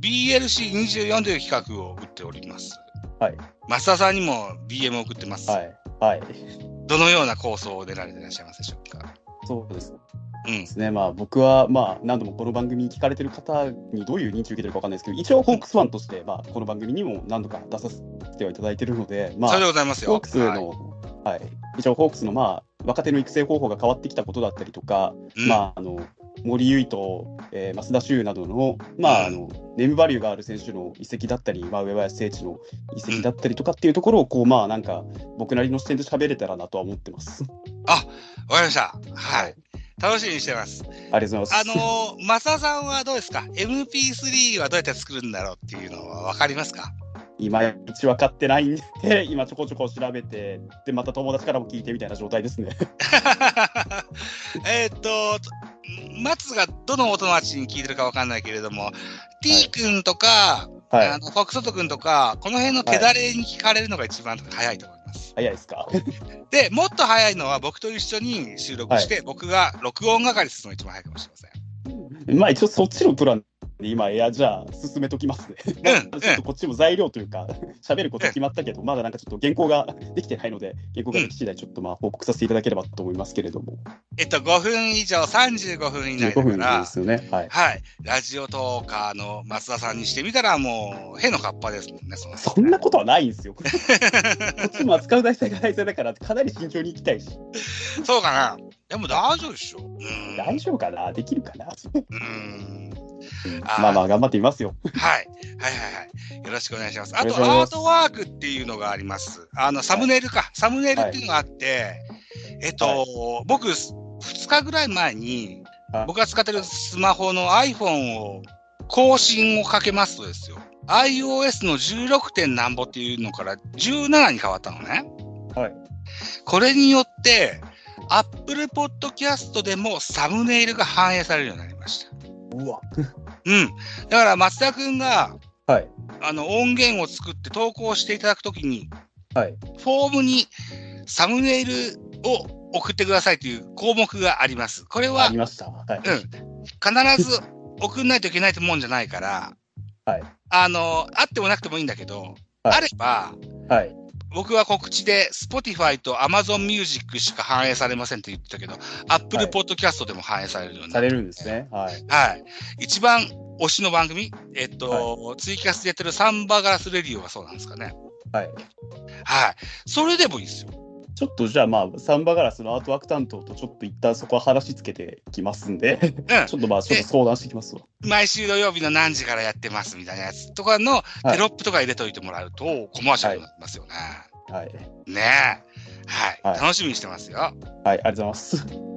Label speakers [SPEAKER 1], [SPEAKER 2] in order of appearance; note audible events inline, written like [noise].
[SPEAKER 1] BLC24 という企画を打っております。
[SPEAKER 2] はい。
[SPEAKER 1] 増田さんにも DM を送ってます。
[SPEAKER 2] はい。はい。
[SPEAKER 1] どのような構想を出られていらっしゃいますでしょうか。
[SPEAKER 2] そうです
[SPEAKER 1] うん
[SPEAKER 2] で。すね。まあ僕は、まあ何度もこの番組に聞かれてる方にどういう認知を受けてるかわかんないですけど、一応ホークスファンとして、まあこの番組にも何度か出させてはいただいてるので、まあ
[SPEAKER 1] それでございますよ。
[SPEAKER 2] ホークスの、はい、一応ホークスの、まあ、若手の育成方法が変わってきたことだったりとか、
[SPEAKER 1] うん
[SPEAKER 2] まあ、あの森唯と、えー増田修などの,、まあ、あのネームバリューがある選手の移籍だったり、まあ、上林聖地の移籍だったりとかっていうところをこう、まあ、なんか僕なりの視点で喋れたらなとは思ってます。
[SPEAKER 1] わかりました。はい。楽しみにしてます。
[SPEAKER 2] ありがとうござ
[SPEAKER 1] あ
[SPEAKER 2] います。
[SPEAKER 1] のー、マサさんはどうですか ?MP3 はどうやって作るんだろうっていうのはわかりますか [laughs]
[SPEAKER 2] 今いち分かってないんで、 [laughs] 今ちょこちょこ調べて、で、また友達からも聞いてみたいな状態ですね。 [laughs]
[SPEAKER 1] えーっと、松がどのお友達に聞いてるかわかんないけれども、T 君とか、
[SPEAKER 2] はい
[SPEAKER 1] あ。のフォックソト君とか、この辺の手だれに聞かれるのが一番早いと思います。
[SPEAKER 2] 早いですか。 [laughs]
[SPEAKER 1] で、もっと早いのは僕と一緒に収録して、僕が録音係するのが一番早いかもしれません。
[SPEAKER 2] まあ一応そっちのプランで今エアじゃあ進めときますね。 [laughs]
[SPEAKER 1] うん
[SPEAKER 2] まあちょっとこっちも材料というか [laughs] 喋ること決まったけど、まだなんかちょっと原稿ができてないので原稿ができ次第ちょっとまあ報告させていただければと思いますけれども。
[SPEAKER 1] えっと、5分以上、35分以内だ
[SPEAKER 2] 15
[SPEAKER 1] か
[SPEAKER 2] 分で
[SPEAKER 1] ら、
[SPEAKER 2] すよね。はい。
[SPEAKER 1] はい。ラジオトーカーの松田さんにしてみたら、もう、へのかっぱですもんね、その
[SPEAKER 2] そんなことはないんで
[SPEAKER 1] [laughs]
[SPEAKER 2] すよ。こっちも扱う題材が題材だからかなり慎重にいきたいし、
[SPEAKER 1] そうかな。でも大丈夫でしょ。うん。
[SPEAKER 2] 大丈夫かなできるかな
[SPEAKER 1] うん。ー
[SPEAKER 2] [laughs] まあまあ頑張ってみますよ。
[SPEAKER 1] はい。はいはいはい。よろしくお願いします。あと、
[SPEAKER 2] よろしくお願
[SPEAKER 1] アー
[SPEAKER 2] いします
[SPEAKER 1] トワークっていうのがあります。あの、サムネイルか。サムネイルっていうのがあって、えっと、
[SPEAKER 2] は
[SPEAKER 1] 僕、2日ぐらい前に
[SPEAKER 2] は、い
[SPEAKER 1] 僕が使ってるスマホの iPhone を、更新をかけますとですよ。iOS の 16. 点なんぼっていうのから17に変わったのね。
[SPEAKER 2] はい。
[SPEAKER 1] これによって、Apple Podcast でもサムネイルが反映されるようになりました。
[SPEAKER 2] うわ。
[SPEAKER 1] うん。だから松田くんが、
[SPEAKER 2] はい。
[SPEAKER 1] あの、音源を作って投稿していただくときに、
[SPEAKER 2] はい。
[SPEAKER 1] フォームにサムネイルを送ってくださいという項目があります。これ
[SPEAKER 2] あ
[SPEAKER 1] は
[SPEAKER 2] りました。はい。
[SPEAKER 1] 必ず送んないといけないってもんじゃないから、
[SPEAKER 2] はい。
[SPEAKER 1] あの、あってもなくてもいいんだけど、
[SPEAKER 2] はい
[SPEAKER 1] あれば、
[SPEAKER 2] はい。
[SPEAKER 1] 僕は告知で Spotify と Amazon Music しか反映されませんって言ってたけど、Apple
[SPEAKER 2] はい
[SPEAKER 1] Podcast でも反映されるようにな
[SPEAKER 2] されるんですね。はい。
[SPEAKER 1] はい。一番推しの番組、えっと、ツイキャスでやってるサンバガラスレディオがそうなんですかね。
[SPEAKER 2] はい。
[SPEAKER 1] はい。それでもいいですよ。
[SPEAKER 2] ちょっとじゃあまあサンバガラスのアートワーク担当とちょっと一旦そこは話つけてきますんでちょっとまあちょっと相談してきますわ。
[SPEAKER 1] 毎週土曜日の何時からやってますみたいなやつとかの
[SPEAKER 2] い
[SPEAKER 1] テロップとか入れといてもらうとコマーシャルになりますよね。
[SPEAKER 2] はい、
[SPEAKER 1] ねえ。はい。
[SPEAKER 2] はい
[SPEAKER 1] 楽しみにしてますよ。
[SPEAKER 2] はい、ありがとうございます。